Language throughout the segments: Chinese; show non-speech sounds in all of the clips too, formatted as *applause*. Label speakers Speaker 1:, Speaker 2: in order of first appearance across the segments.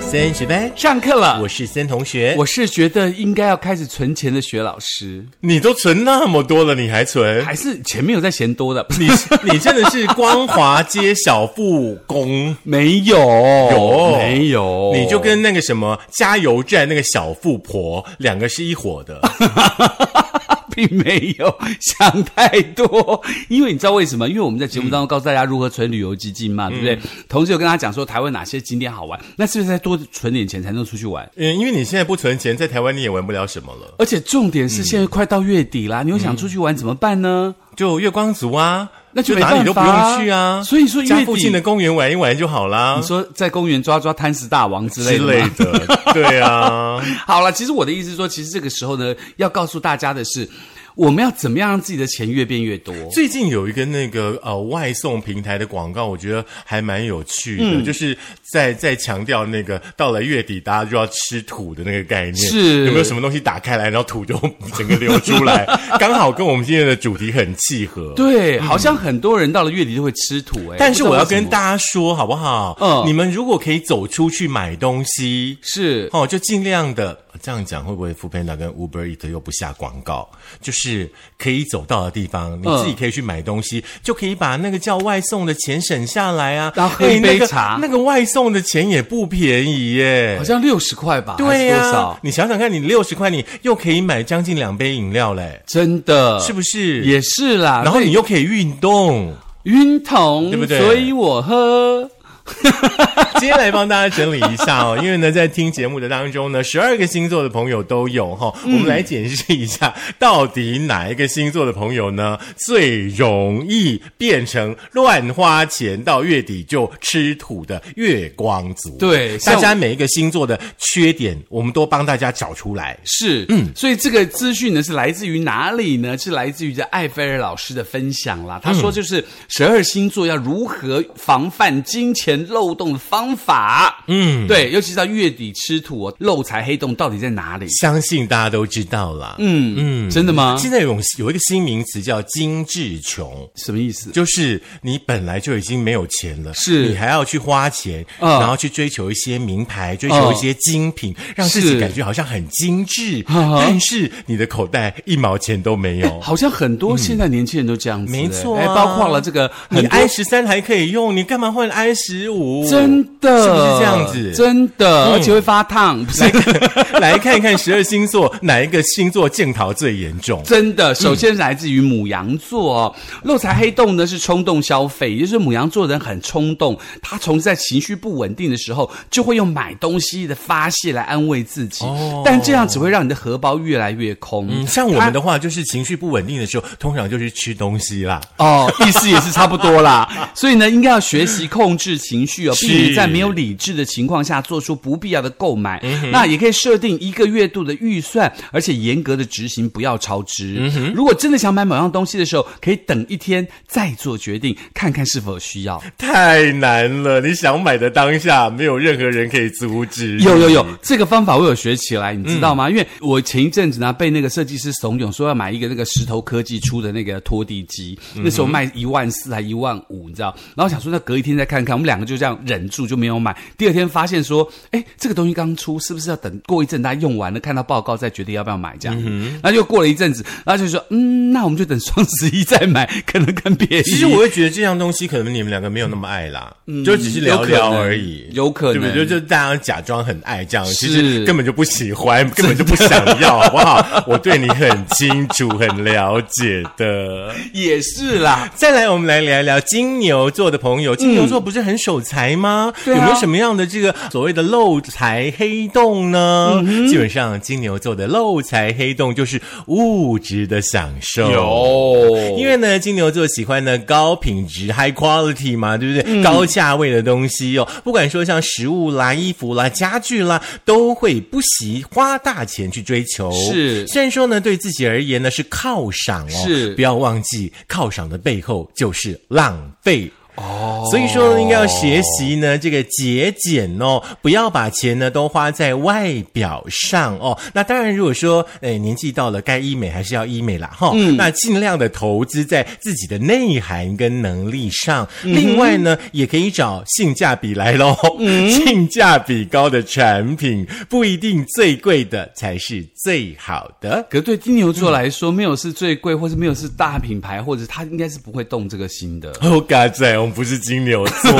Speaker 1: 森学班，
Speaker 2: 上课了，
Speaker 1: 我
Speaker 2: 我
Speaker 1: 是森同学。
Speaker 2: 我是觉得应该要开始存钱的学老师，
Speaker 1: 你都存那么多了，你还存？
Speaker 2: 还是前面有在嫌多的？ *laughs*
Speaker 1: 你你真的是光华街小富公，
Speaker 2: 没有，
Speaker 1: 有
Speaker 2: 哦没有？
Speaker 1: 你就跟那个什么加油站那个小富婆，两个是一伙
Speaker 2: *laughs*
Speaker 1: 的。
Speaker 2: *laughs* 并没有想太多，因为你知道为什么？因为我们在节目当中告诉大家如何存旅游基金
Speaker 1: 嗯
Speaker 2: 嘛，对不对？同时有跟大家讲说台湾哪些景点好玩，那是不是再多存点钱才能出去玩？
Speaker 1: 嗯，因为你现在不存钱，在台湾你也玩不了什么了，
Speaker 2: 而且重点是
Speaker 1: 嗯
Speaker 2: 现在快到月底啦，你又想出去玩怎么办呢？
Speaker 1: 就月光族啊，
Speaker 2: 那就没
Speaker 1: 哪里都不
Speaker 2: 办法啊
Speaker 1: 用去啊。
Speaker 2: 所以说
Speaker 1: 家
Speaker 2: 月
Speaker 1: 附
Speaker 2: 底
Speaker 1: 近的公园玩一玩就好啦
Speaker 2: 你。说在公园抓抓贪食大王之类
Speaker 1: 之
Speaker 2: 的吗
Speaker 1: 类的，对
Speaker 2: *laughs*
Speaker 1: 啊，
Speaker 2: 好了，其实我的意思是说，其实这个时候呢，要告诉大家的是，我们要怎么样让自己的钱越变越多。
Speaker 1: 最近有一个那个呃外送平台的广告，我觉得还蛮有趣的，
Speaker 2: 嗯
Speaker 1: 就是在在强调那个到了月底大家就要吃土的那个概念，
Speaker 2: 是
Speaker 1: 有没有什么东西打开来，然后土就 *laughs* 整个流出
Speaker 2: *laughs*
Speaker 1: 来，刚好跟我们今天的主题很契合。
Speaker 2: 对，好像很多人到了月底就会吃土哎、
Speaker 1: 但是我要跟
Speaker 2: 大
Speaker 1: 大家说，好不好？
Speaker 2: 嗯
Speaker 1: 你们如果可以走出去买东西，
Speaker 2: 是
Speaker 1: 哦，就尽量的这样讲，会不会 f o o p a n d a 跟 Uber Eat 又不下广告？就是可以走到的地方，你
Speaker 2: 嗯
Speaker 1: 自己可以去买东西，就可以把那个叫外送的钱省下来啊。
Speaker 2: 然后喝
Speaker 1: 哎
Speaker 2: 一杯
Speaker 1: 那个
Speaker 2: 茶
Speaker 1: 那个外送的钱也不便宜耶
Speaker 2: 好。像六十块吧，
Speaker 1: 对
Speaker 2: 还
Speaker 1: 呀、
Speaker 2: 是多少？
Speaker 1: 你想想看，你六十块，你又可以买将近两杯饮料嘞，
Speaker 2: 真的
Speaker 1: 是不是？
Speaker 2: 也是啦。
Speaker 1: 然后
Speaker 2: 所以
Speaker 1: 你又可以运动。
Speaker 2: 晕桶，
Speaker 1: 对不对
Speaker 2: 所以我喝。
Speaker 1: 今天来帮大家整理一下哦，因为呢，在听节目的当中呢，十二个星座的朋友都有哈、
Speaker 2: 嗯
Speaker 1: 我们来检视一下，到底哪一个星座的朋友呢最容易变成乱花钱，到月底就吃土的月光族？
Speaker 2: 对
Speaker 1: 大家
Speaker 2: 像
Speaker 1: 每一个星座的缺点，我们都帮大家找出来。
Speaker 2: 是，嗯，所以这个资讯呢是来自于哪里呢？是来自于这艾菲尔老师的分享啦。
Speaker 1: 嗯
Speaker 2: 他说就是十二星座要如何防范金钱漏洞的方法。嗯，对，尤其是到月底吃土哦，漏财黑洞到底在哪里？
Speaker 1: 相信大家都知道啦。
Speaker 2: 嗯嗯，真的吗？
Speaker 1: 现在有种有一个新名词叫“精致穷”，
Speaker 2: 什么意思？
Speaker 1: 就是你本来就已经没有钱了，
Speaker 2: 是
Speaker 1: 你还要去花钱，
Speaker 2: 嗯
Speaker 1: 然后去追求一些名牌，追求一些精品，让自己
Speaker 2: 啊是
Speaker 1: 感觉好像很精致，
Speaker 2: 啊哈
Speaker 1: 但是你的口袋一毛钱都没有。
Speaker 2: 好像很多现在年轻人都这样子，
Speaker 1: 没错
Speaker 2: 哎，
Speaker 1: 啊
Speaker 2: 包括了这个
Speaker 1: 你
Speaker 2: *laughs* 很
Speaker 1: i
Speaker 2: 多
Speaker 1: 十三还可以用，你干嘛换 i 十五？
Speaker 2: 真的
Speaker 1: 是不是这样子？嗯
Speaker 2: 真的，而且会发烫，不是
Speaker 1: *laughs* 来看看十二星座哪一个星座镜头最严重？
Speaker 2: 真的，首先是来自于母羊座哦。漏财黑洞呢是冲动消费，也就是母羊座人很冲动，他从在情绪不稳定的时候，就会用买东西的发泄来安慰自己，但这样只会让你的荷包越来越空。
Speaker 1: 哦嗯，像我们的话，就是情绪不稳定的时候，通常就是吃东西啦。
Speaker 2: 哦，意思也是差不多啦。 *laughs* 所以呢，应该要学习控制情绪哦，
Speaker 1: 是
Speaker 2: 避免在没有理智的情况下做出不必要的购买。那也可以设定一个月度的预算，而且严格的执行，不要超支。如果真的想买某样东西的时候，可以等一天再做决定，看看是否有需要。
Speaker 1: 太难了！你想买的当下，没有任何人可以阻 *laughs* 止。
Speaker 2: 有有有，这个方法我有学起来，你知道吗？因为我前一阵子呢被那个设计师怂恿说要买一个那个石头科技出的那个拖地机，那时候卖一万四还一万五，你知道？然后想说那隔一天再看看，我们两个就这样忍住就没有买。第二天发现说，哎，这个东西刚出，是不是要等过一阵大家用完了，看到报告再决定要不要买这样？那就过了一阵子，然后就说，嗯，那我们就等双十一再买，可能更便宜。
Speaker 1: 其实我会觉得这样东西可能你们两个没有那么爱啦，就只是聊聊而已，
Speaker 2: 嗯有可能
Speaker 1: 对
Speaker 2: 有可能
Speaker 1: 不对？就就大家假装很爱这样，
Speaker 2: 是
Speaker 1: 其实根本就不喜欢，根本就不想要，好不好？我对你很清楚、很了解的。
Speaker 2: 也是啦，
Speaker 1: 再来，我们来聊一聊金牛座的朋友。金牛座不是很守财吗？
Speaker 2: 嗯对啊
Speaker 1: 有没有什么样的这个所谓的漏财黑洞呢？
Speaker 2: 嗯
Speaker 1: 基本上，金牛座的漏财黑洞就是物质的享受。因为呢，金牛座喜欢呢高品质 （high quality） 嘛，对不对？高价位的东西哦，不管说像食物啦、衣服啦、家具啦，都会不惜花大钱去追求。
Speaker 2: 是
Speaker 1: 虽然说呢，对自己而言呢是犒赏哦，
Speaker 2: 是
Speaker 1: 不要忘记犒赏的背后就是浪费。哦，所以说呢，应该要学习呢这个节俭哦，不要把钱呢都花在外表上哦。那当然，如果说哎年纪到了该医美还是要医美啦哈、那尽量的投资在自己的内涵跟能力上。另外呢，也可以找性价比来喽， *laughs* 性价比高的产品不一定最贵的才是最好的。
Speaker 2: 可是对金牛座来说，没有是最贵，或是没有是大品牌，或者他应该是不会动这个心的。
Speaker 1: 哦，嘎仔，我们不是金牛
Speaker 2: *laughs*
Speaker 1: 座。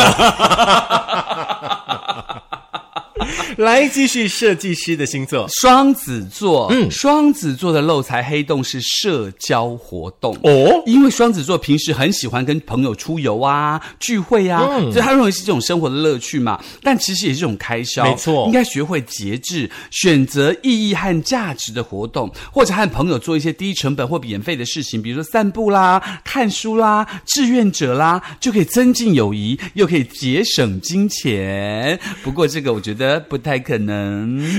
Speaker 1: 来，继续设计师的星座
Speaker 2: 双子座，嗯，双子座的漏财黑洞是社交活动
Speaker 1: 哦。
Speaker 2: 因为双子座平时很喜欢跟朋友出游啊、聚会啊，
Speaker 1: 嗯
Speaker 2: 所以他认为是这种生活的乐趣嘛。但其实也是一种开销，
Speaker 1: 没错
Speaker 2: 应该学会节制，选择意义和价值的活动，或者和朋友做一些低成本或免费的事情，比如说散步啦、看书啦、志愿者啦，就可以增进友谊，又可以节省金钱。不过这个我觉得不太可能。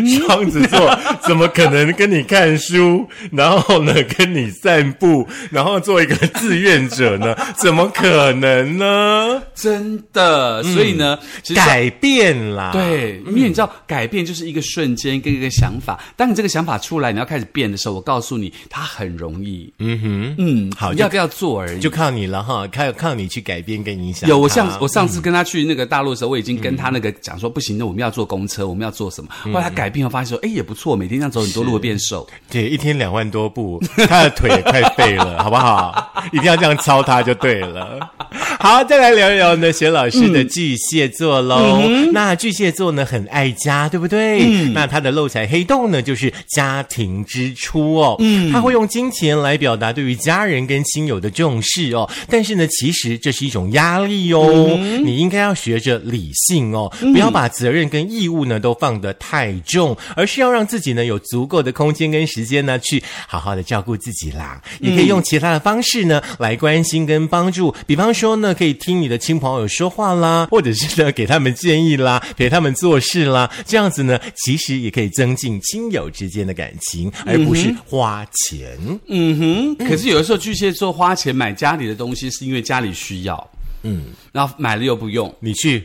Speaker 1: 双子座，怎么可能跟你看书，然后呢跟你散步，然后做一个志愿者呢？怎么可能呢？
Speaker 2: 真的，
Speaker 1: 嗯
Speaker 2: 所以呢，其实
Speaker 1: 改变啦，，
Speaker 2: 对，
Speaker 1: 嗯
Speaker 2: 因为你知道，改变就是一个瞬间跟一个想法。当你这个想法出来，你要开始变的时候，我告诉你，它很容易。嗯哼，嗯，
Speaker 1: 好
Speaker 2: 你
Speaker 1: 就
Speaker 2: 要不要做而已。
Speaker 1: 就靠你了哈，靠靠你去改变跟影响他。
Speaker 2: 有我上我上次跟他去那个大陆的时候，我已经
Speaker 1: 嗯
Speaker 2: 跟他那个讲说，不行，那我们要坐公车，我们要做什么？后来他改变后发现说，哎，也不错，每天这样走很多路会变瘦。
Speaker 1: 对一天两万多步， *laughs* 他的腿也快废了， *laughs* 好不好？一定要这样操他就对了。 *laughs* 好，再来聊一聊呢，雪老师的巨蟹座喽。那巨蟹座呢，很爱家，对不对？那他的漏财黑洞呢，就是家庭支出哦。嗯，他会用金钱来表达对于家人跟亲友的重视哦。但是呢，其实这是一种压力哦。你应该要学着理性哦，
Speaker 2: 嗯
Speaker 1: 不要把责任跟义务呢都放得太重，而是要让自己呢有足够的空间跟时间呢去好好的照顾自己啦。
Speaker 2: 嗯
Speaker 1: 也可以用其他的方式呢来关心跟帮助，比方说呢可以听你的亲朋好友说话啦，或者是呢给他们建议啦，陪他们做事啦，这样子呢其实也可以增进亲友之间的感情，而不是花钱。
Speaker 2: 嗯哼，可是有的时候巨蟹座花钱买家里的东西，是因为家里需要。嗯，然后买了又不用。
Speaker 1: 你去，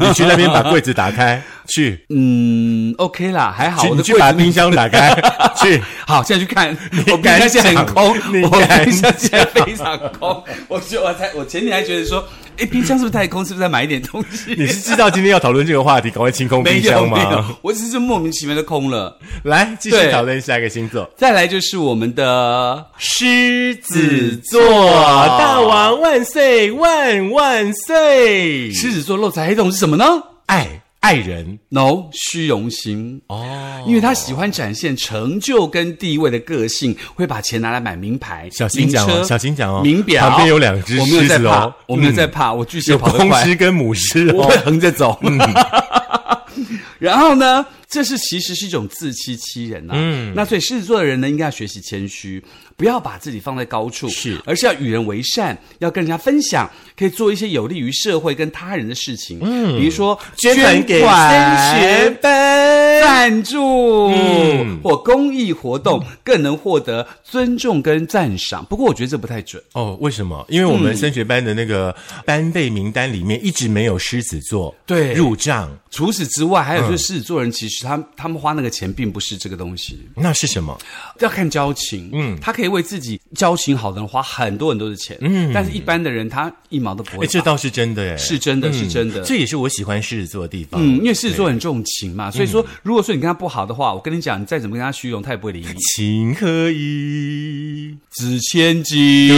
Speaker 1: 你去那边把柜子打开，去，
Speaker 2: 嗯，OK 啦，还 *laughs* 好。
Speaker 1: 去
Speaker 2: 我
Speaker 1: 你
Speaker 2: 的
Speaker 1: 去
Speaker 2: 柜
Speaker 1: 把
Speaker 2: 子没
Speaker 1: 冰箱打
Speaker 2: *laughs*
Speaker 1: 开，去。
Speaker 2: 好，现在去看，我冰
Speaker 1: 敢
Speaker 2: 箱现在很空，
Speaker 1: 你
Speaker 2: 我
Speaker 1: 敢
Speaker 2: 冰箱现在非常空。我觉得我才，我前天还觉得说，哎，冰箱是不是太空？是不是再买一点东
Speaker 1: *laughs*
Speaker 2: 西？
Speaker 1: 你是知道今天要讨论这个话题，赶快清空
Speaker 2: *laughs* 没
Speaker 1: 冰
Speaker 2: 有
Speaker 1: 箱
Speaker 2: 没有
Speaker 1: 吗？，
Speaker 2: 我只是莫名其妙的空了。
Speaker 1: 来，继续
Speaker 2: 对
Speaker 1: 讨论下一个星座。
Speaker 2: 再来就是我们的
Speaker 1: 狮
Speaker 2: 子座
Speaker 1: 大王万岁万万岁！
Speaker 2: 狮子座漏财黑洞是什么呢
Speaker 1: 爱爱人
Speaker 2: ？No，虚荣心。
Speaker 1: 哦，
Speaker 2: 因为他喜欢展现成就跟地位的个性，会把钱拿来买名牌、
Speaker 1: 小心讲哦
Speaker 2: 名车
Speaker 1: 小心讲哦
Speaker 2: 名表。
Speaker 1: 旁边有两只
Speaker 2: 我没有在
Speaker 1: 狮子
Speaker 2: 怕
Speaker 1: 哦，嗯
Speaker 2: 我没有在怕，我巨蟹
Speaker 1: 有
Speaker 2: 跑得
Speaker 1: 公
Speaker 2: 快，
Speaker 1: 狮跟母狮
Speaker 2: *laughs* 我
Speaker 1: 哦
Speaker 2: 会。横着走。 *laughs* 然后呢，这是其实是一种自欺欺人呐、嗯，那所以狮子座的人呢，应该要学习谦虚，不要把自己放在高处，
Speaker 1: 是
Speaker 2: 而是要与人为善，要跟人家分享，可以做一些有利于社会跟他人的事情。嗯，比如说
Speaker 1: 捐款给升学班，
Speaker 2: 赞助、
Speaker 1: 嗯
Speaker 2: 或公益活动，更能获得尊重跟赞赏。不过我觉得这不太准。
Speaker 1: *laughs* 哦，为什么？因为我们升学班的那个班费名单里面一直没有狮子座
Speaker 2: 对
Speaker 1: 入账，
Speaker 2: 除此之外，还有
Speaker 1: 嗯
Speaker 2: 就是狮子座人，其实他们他们花那个钱并不是这个东西。
Speaker 1: 那是什么？
Speaker 2: 要看交情，嗯，他可以为自己交情好的人花很多很多的钱，嗯，但是一般的人他一毛都不
Speaker 1: 哎，
Speaker 2: 会
Speaker 1: 这
Speaker 2: 花，
Speaker 1: 倒是真的哎，
Speaker 2: 是真的，是真的。
Speaker 1: 这也是我喜欢狮子座的地方。
Speaker 2: 嗯，因为狮子座很重情嘛，所以说，如果说你跟他不好的话，我跟你讲，你再怎么跟他虚荣，他也不会 *laughs* 理你。
Speaker 1: 情何以？
Speaker 2: 值千金，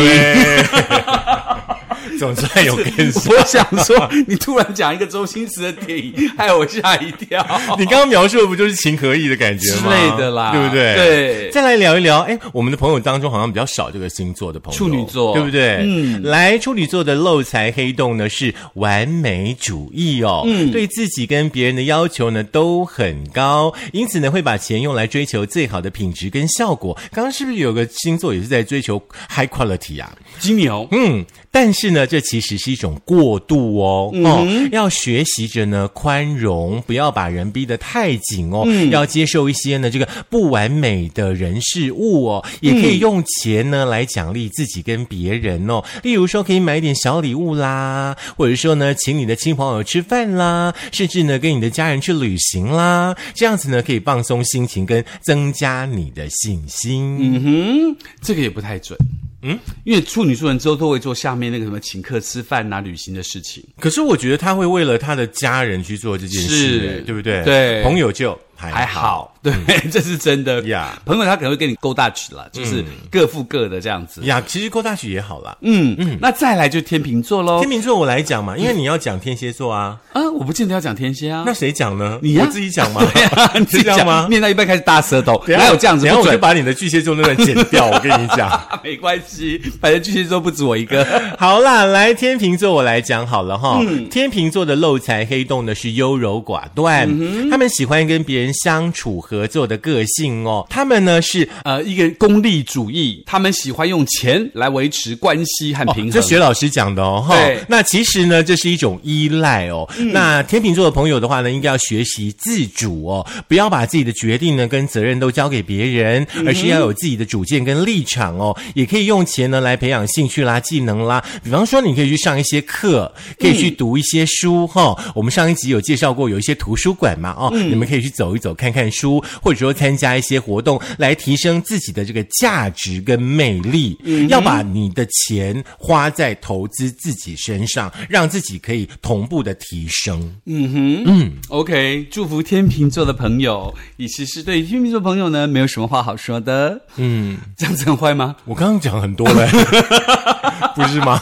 Speaker 2: *laughs*
Speaker 1: 总算有跟上。
Speaker 2: 我想说，你突然讲一个周星驰的电影，害我吓一 *laughs* 跳。
Speaker 1: *laughs* 你刚刚描述的不就是情何以的感觉吗？
Speaker 2: 之类的啦
Speaker 1: 对不对？
Speaker 2: 对
Speaker 1: 再来聊一聊，哎，我们的朋友当中好像比较少这个星座的朋友，
Speaker 2: 处女座
Speaker 1: 对不对？嗯，来，处女座的漏财黑洞呢是完美主义哦，嗯，对自己跟别人的要求呢都很高，因此呢会把钱用来追求最好的品质跟效果。刚刚是不是有个星座也是在追求 high quality 啊？
Speaker 2: 金牛，
Speaker 1: 嗯，但是呢，这其实是一种过度哦。哦，要学习着呢宽容，不要把人逼得太紧哦。要接受一些呢这个不完美的人事物哦，也可以用钱呢来奖励自己跟别人哦。例如说，可以买一点小礼物啦，或者说呢，请你的亲朋好友吃饭啦，甚至呢跟你的家人去旅行啦，这样子呢可以放松心情跟增加你的信心。
Speaker 2: 嗯哼，这个也不太准。嗯，因为处女座人之后都会做下面那个什么请客吃饭呐、旅行的事情。
Speaker 1: 可是我觉得他会为了他的家人去做这件事，
Speaker 2: 是
Speaker 1: 哎对不对？
Speaker 2: 对
Speaker 1: 朋友就还
Speaker 2: 还 *laughs* 好，对，这是真的。
Speaker 1: 哎嗯 Yeah 嗯
Speaker 2: 朋友他可能会跟你勾大曲了，就是各付各的这样子。
Speaker 1: 呀。其实郭大许也好啦。
Speaker 2: 嗯嗯，那再来就天秤座喽
Speaker 1: 天。秤座我来讲嘛，
Speaker 2: 嗯
Speaker 1: 因为你要讲天蝎座啊，
Speaker 2: 啊，我不见得要讲天蝎啊。
Speaker 1: 那谁讲呢？
Speaker 2: 你呀
Speaker 1: 我自己讲嘛，
Speaker 2: *laughs* 对
Speaker 1: *laughs*
Speaker 2: 啊，你自己
Speaker 1: 是这样吗
Speaker 2: 讲，？念到一半开始大舌头，
Speaker 1: 等一
Speaker 2: 哪
Speaker 1: 下
Speaker 2: 有这样子
Speaker 1: 等一下
Speaker 2: 不
Speaker 1: 我就
Speaker 2: 准？
Speaker 1: 把你的巨蟹座那段剪掉。我跟你讲，
Speaker 2: *laughs* 啊，没关系，反正巨蟹座不止我
Speaker 1: *laughs*
Speaker 2: 一个。
Speaker 1: 好啦，来天秤座我来讲好了哈。
Speaker 2: 嗯
Speaker 1: 天秤座的漏财黑洞呢是优柔寡断，
Speaker 2: 嗯
Speaker 1: 他们喜欢跟别人相处合作的个性哦。他们呢是
Speaker 2: 呃，一个功利主义，他们喜欢用钱来维持关系和平
Speaker 1: 哦
Speaker 2: 衡。
Speaker 1: 这雪老师讲的哦，哈
Speaker 2: 对。嗯
Speaker 1: 那其实呢，这是一种依赖哦。那天秤座的朋友的话呢，应该要学习自主哦，不要把自己的决定呢跟责任都交给别人，
Speaker 2: 嗯
Speaker 1: 而是要有自己的主见跟立场哦。也可以用钱呢来培养兴趣啦、技能啦。比方说，你可以去上一些课，可以
Speaker 2: 嗯
Speaker 1: 去读一些书哈、我们上一集有介绍过，有一些图书馆嘛哦，你们可以去走一走，看看书，或者说参加一些活动，来提升自己的这个价值跟魅力。要把你的钱花在投资自己身上，让自己可以同步的提升。
Speaker 2: 嗯
Speaker 1: 嗯
Speaker 2: OK，祝福天秤座的朋友，以其实对天秤座朋友呢，没有什么话好说的。嗯，这样子很坏吗？
Speaker 1: 我刚刚讲很多 *laughs* 了，不是吗？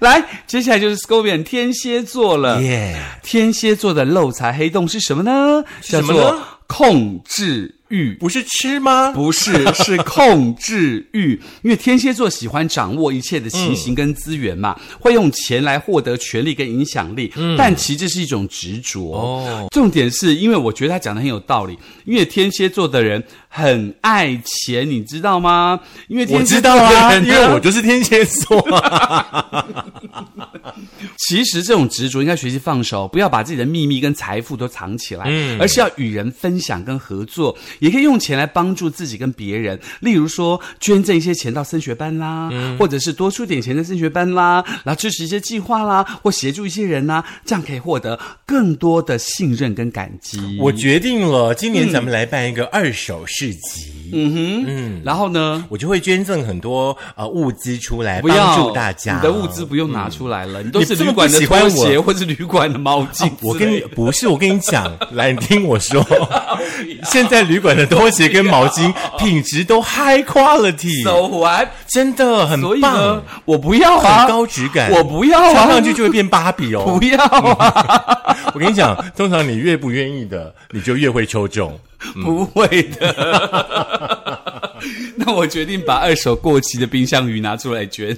Speaker 2: 来，接下来就是 Scorpion 天蝎座了。
Speaker 1: 嗯耶、
Speaker 2: 天蝎座的漏财黑洞是什么呢？
Speaker 1: 是什么呢
Speaker 2: 叫做控制欲。
Speaker 1: 不是吃吗？*laughs*
Speaker 2: 不是，是控制欲。因为天蝎座喜欢掌握一切的情形跟资源嘛，
Speaker 1: 嗯
Speaker 2: 会用钱来获得权力跟影响力。但其实这是一种执着。
Speaker 1: 哦
Speaker 2: 重点是因为我觉得他讲的很有道理，因为天蝎座的人很爱钱，你知道吗？因为
Speaker 1: 我
Speaker 2: 天
Speaker 1: 知
Speaker 2: 蝎座
Speaker 1: 道啊，
Speaker 2: 的人
Speaker 1: 因
Speaker 2: 呢
Speaker 1: 为我就是天蝎座、啊。
Speaker 2: 其实这种执着应该学习放手，不要把自己的秘密跟财富都藏起来，
Speaker 1: 嗯
Speaker 2: 而是要与人分享跟合作，也可以用钱来帮助自己跟别人，例如说捐赠一些钱到升学班啦，
Speaker 1: 嗯
Speaker 2: 或者是多出点钱在升学班啦，然后支持一些计划啦，或协助一些人啦，这样可以获得更多的信任跟感
Speaker 1: *laughs*
Speaker 2: 激。
Speaker 1: 我决定了，今年咱们来办一个二手市集，
Speaker 2: 然后呢？
Speaker 1: 我就会捐赠很多呃物资出来，
Speaker 2: 不要
Speaker 1: 嗯帮助大家。啊
Speaker 2: 你的物资不用拿出来了，你都
Speaker 1: 你
Speaker 2: 是
Speaker 1: 这么
Speaker 2: 旅馆
Speaker 1: 不
Speaker 2: 的
Speaker 1: 喜欢
Speaker 2: 拖
Speaker 1: 我啊
Speaker 2: 鞋或是旅馆的毛巾之类的、
Speaker 1: 我跟你不是，我跟你
Speaker 2: *laughs*
Speaker 1: 讲，来，你听我说，
Speaker 2: 啊
Speaker 1: 现在旅馆的拖鞋跟毛巾品质都 high
Speaker 2: *laughs*
Speaker 1: quality，
Speaker 2: 走完。
Speaker 1: 真的很
Speaker 2: 所以呢
Speaker 1: 棒，，
Speaker 2: 我不要啊，
Speaker 1: 很高质感，
Speaker 2: 我不要啊，
Speaker 1: 穿上去就会变芭比哦
Speaker 2: *laughs* 不。要啊，
Speaker 1: *laughs* 我跟你讲，通常你越不愿意的，你就越会抽
Speaker 2: *laughs*
Speaker 1: 中。
Speaker 2: 不会的。 *laughs* 那我决定把二手过期的冰箱鱼拿出来捐。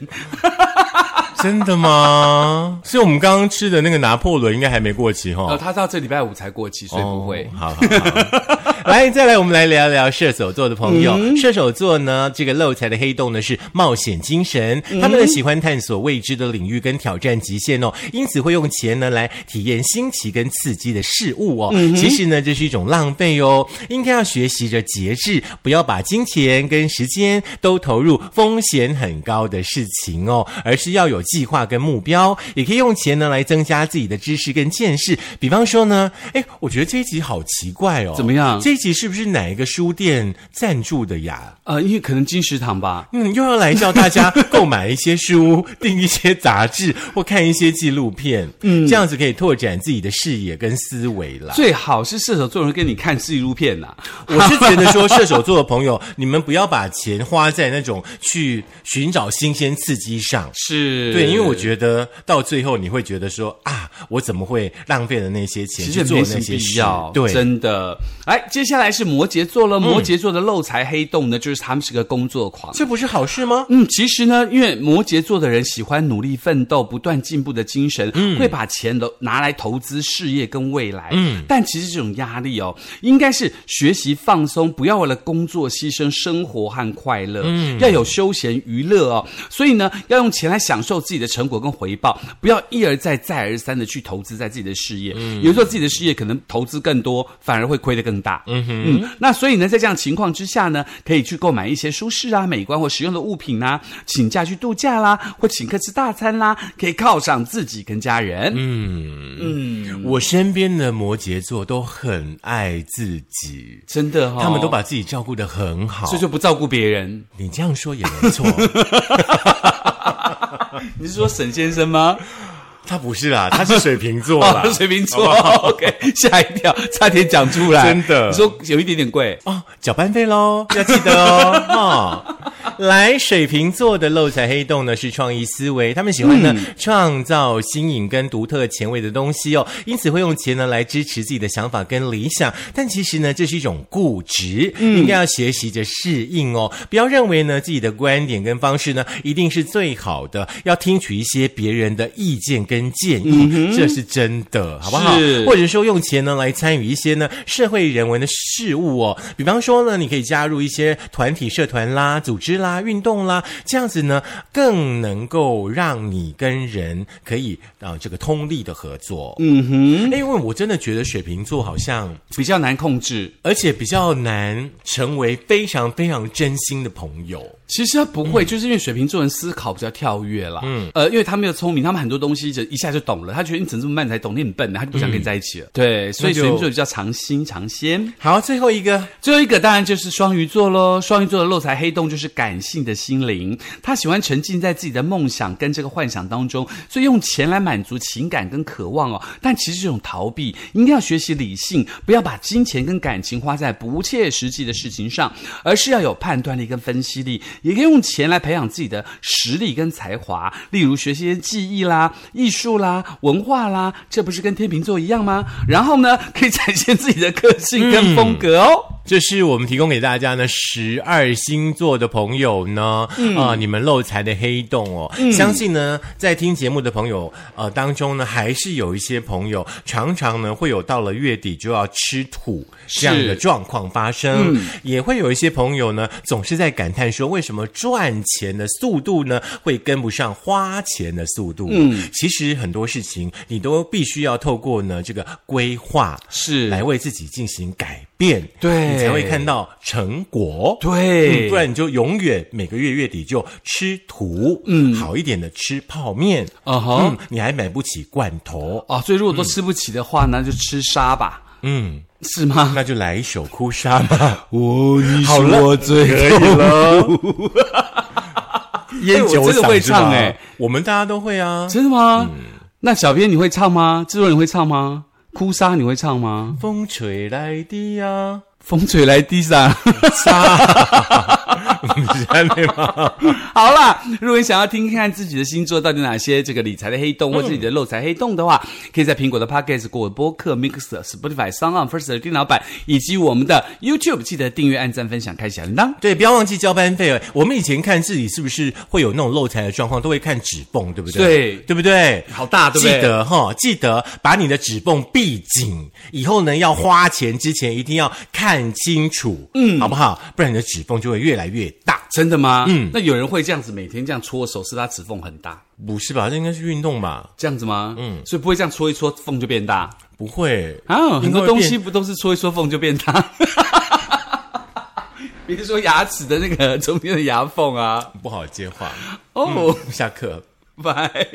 Speaker 1: 真的吗？所以我们刚刚吃的那个拿破仑应该还没过期哈、
Speaker 2: 哦，它到这礼拜五才过期，所以不会
Speaker 1: 哦。好好好 *laughs* 来，再来，我们来聊聊射手座的朋友。射手座呢，这个漏财的黑洞呢是冒险精神，他们呢喜欢探索未知的领域跟挑战极限哦，因此会用钱呢来体验新奇跟刺激的事物哦。其实呢，这是一种浪费哦，应该要学习着节制，不要把金钱跟时间都投入风险很高的事情哦，而是要有计划跟目标，也可以用钱呢来增加自己的知识跟见识。比方说呢，哎，我觉得这一集好奇怪哦，
Speaker 2: 怎么样
Speaker 1: 这一集是不是哪一个书店赞助的呀？
Speaker 2: 呃，因为可能金石堂吧。
Speaker 1: 嗯，又要来叫大家购买一些书、订一些杂志或看一些纪录片，嗯，这样子可以拓展自己的视野跟思维啦。
Speaker 2: 最好是射手座人跟你看纪录片呐、
Speaker 1: 我是觉得说，射手座的朋友，你们不要把钱花在那种去寻找新鲜刺激上。
Speaker 2: 是
Speaker 1: 对对，因为我觉得到最后你会觉得说啊，我怎么会浪费了那些钱
Speaker 2: 其
Speaker 1: 去
Speaker 2: 实
Speaker 1: 做
Speaker 2: 没什
Speaker 1: 那
Speaker 2: 么
Speaker 1: 些
Speaker 2: 必
Speaker 1: 事
Speaker 2: 要，？
Speaker 1: 对，嗯
Speaker 2: 真的。哎，接下来是摩羯座了。摩羯座的漏财黑洞呢，就是他们是个工作狂。
Speaker 1: 这不是好事吗？
Speaker 2: 嗯，其实呢，因为摩羯座的人喜欢努力奋斗、不断进步的精神，会把钱都拿来投资事业跟未来。嗯，但其实这种压力哦，应该是学习放松，不要为了工作牺牲生活和快乐。嗯，要有休闲娱乐哦。所以呢，要用钱来享受自己的成果跟回报，不要一而再、再而三的去投资在自己的事业。嗯，有时候自己的事业可能投资更多，反而会亏得更大。嗯哼，那所以呢，在这样情况之下呢，可以去购买一些舒适啊、美观或实用的物品啦、请假去度假啦，或请客吃大餐啦，可以犒赏自己跟家人。嗯，
Speaker 1: 我身边的摩羯座都很爱自己，
Speaker 2: 真的哈、哦，
Speaker 1: 他们都把自己照顾得很好
Speaker 2: 所。以就不照顾别人。
Speaker 1: 你这样说也没
Speaker 2: *laughs*
Speaker 1: 错，
Speaker 2: 你是说沈先生吗？
Speaker 1: 他不是啦，他是水瓶座啦。
Speaker 2: *laughs* 水瓶座。OK，吓 *laughs* 一跳，差点讲出来。
Speaker 1: 真的
Speaker 2: 你说有一点点贵。
Speaker 1: 哦，搅班费喽，要记得哦。哈、来，水瓶座的漏财黑洞呢是创意思维，他们喜欢呢、创造新颖跟独特前卫的东西哦，因此会用钱呢来支持自己的想法跟理想。但其实呢，这是一种固执，应该要学习着适应哦，不要认为呢自己的观点跟方式呢一定是最好的，要听取一些别人的意见跟建议，这是真的，好不好？
Speaker 2: 是
Speaker 1: 或者说用钱呢来参与一些呢社会人文的事物哦，比方说呢，你可以加入一些团体社团啦、组织啦、运动啦，这样子呢更能够让你跟人可以啊、这个通力的合作。嗯哼，因为我真的觉得水瓶座好像，
Speaker 2: 比较难控制，
Speaker 1: 而且比较难成为非常非常真心的朋友。
Speaker 2: 其实他不会，就是因为水瓶座人思考比较跳跃啦。嗯，呃，因为他们又聪明，他们很多东西就一下就懂了。他觉得你嗯怎么这么慢才懂，你很笨，他就不想跟你在一起了。对，所
Speaker 1: 那
Speaker 2: 以
Speaker 1: 就
Speaker 2: 水瓶座比较长心长先。
Speaker 1: 好，最后一个
Speaker 2: 最后一个当然就是双鱼座喽。双鱼座的漏财黑洞就是感性的心灵，他喜欢沉浸在自己的梦想跟这个幻想当中，所以用钱来满足情感跟渴望哦。但其实这种逃避，应该要学习理性，不要把金钱跟感情花在不切实际的事情上，而是要有判断力跟分析力，也可以用钱来培养自己的实力跟才华，例如学些技艺啦、艺术啦、文化啦，这不是跟天秤座一样吗？然后呢，可以展现自己的个性跟风格哦。
Speaker 1: 这是我们提供给大家呢十二星座的朋友呢，啊、你们漏财的黑洞哦，相信呢在听节目的朋友呃当中呢，还是有一些朋友常常呢会有到了月底就要吃土这样的状况发生，也会有一些朋友呢总是在感叹说，为什么赚钱的速度呢会跟不上花钱的速度？嗯，其实很多事情你都必须要透过呢这个规划
Speaker 2: 是
Speaker 1: 来为自己进行改变，
Speaker 2: 对
Speaker 1: 你才会看到成果。嗯
Speaker 2: 对
Speaker 1: 不然你就永远每个月月底就吃土，嗯，好一点的吃泡面，
Speaker 2: 啊哈
Speaker 1: 嗯，你还买不起罐头，
Speaker 2: 哦，所以如果都吃不起的话呢，就吃沙吧，
Speaker 1: 嗯，
Speaker 2: 是吗？
Speaker 1: 那就来一首哭砂 *laughs* 吧，
Speaker 2: 哦，你
Speaker 1: 好了
Speaker 2: 最
Speaker 1: 可以
Speaker 2: *laughs*
Speaker 1: 了。烟酒
Speaker 2: 哎我真的
Speaker 1: 嗓
Speaker 2: 会
Speaker 1: 是吧
Speaker 2: 唱哎
Speaker 1: 欸我们大家都会啊。
Speaker 2: 真的吗？那小编你会唱吗？制作人你会唱吗？哭砂你会唱吗？
Speaker 1: 风吹来的呀、 *laughs*
Speaker 2: 风吹来地上。
Speaker 1: 你是安内吗？
Speaker 2: *laughs* 好啦，如果你想要听看看自己的星座到底有哪些这个理财的黑
Speaker 1: 嗯
Speaker 2: 洞或自己的漏财黑洞的话，可以在苹果的 Podcast、果播客、Mixer、Spotify、s o n g On、First 的电脑版以及我们的 YouTube 记得订阅、按赞、分享、开小铃铛。
Speaker 1: 对，不要忘记交班费哦。我们以前看自己是不是会有那种漏财的状况，都会看纸泵，对不对？
Speaker 2: 对
Speaker 1: 对不对？
Speaker 2: 好大对不对
Speaker 1: 记得哈、记得把你的纸泵闭紧，以后呢要花钱之前一定要看清楚，嗯，好不好？不然你的纸泵就会越来越大。
Speaker 2: 真的吗？嗯，那有人会这样子每天这样搓手，是他指缝很大，
Speaker 1: 不是吧？这应该是运动吧？
Speaker 2: 这样子吗？嗯，所以不会这样搓一搓缝就变大
Speaker 1: 不会
Speaker 2: 啊。很
Speaker 1: 应该
Speaker 2: 多
Speaker 1: 会
Speaker 2: 东
Speaker 1: 变
Speaker 2: 西不都是搓一搓缝就变
Speaker 1: *laughs*
Speaker 2: 大？比如说牙齿的那个中间的牙缝啊。
Speaker 1: 不好接话。
Speaker 2: 哦，
Speaker 1: 下课。
Speaker 2: 拜。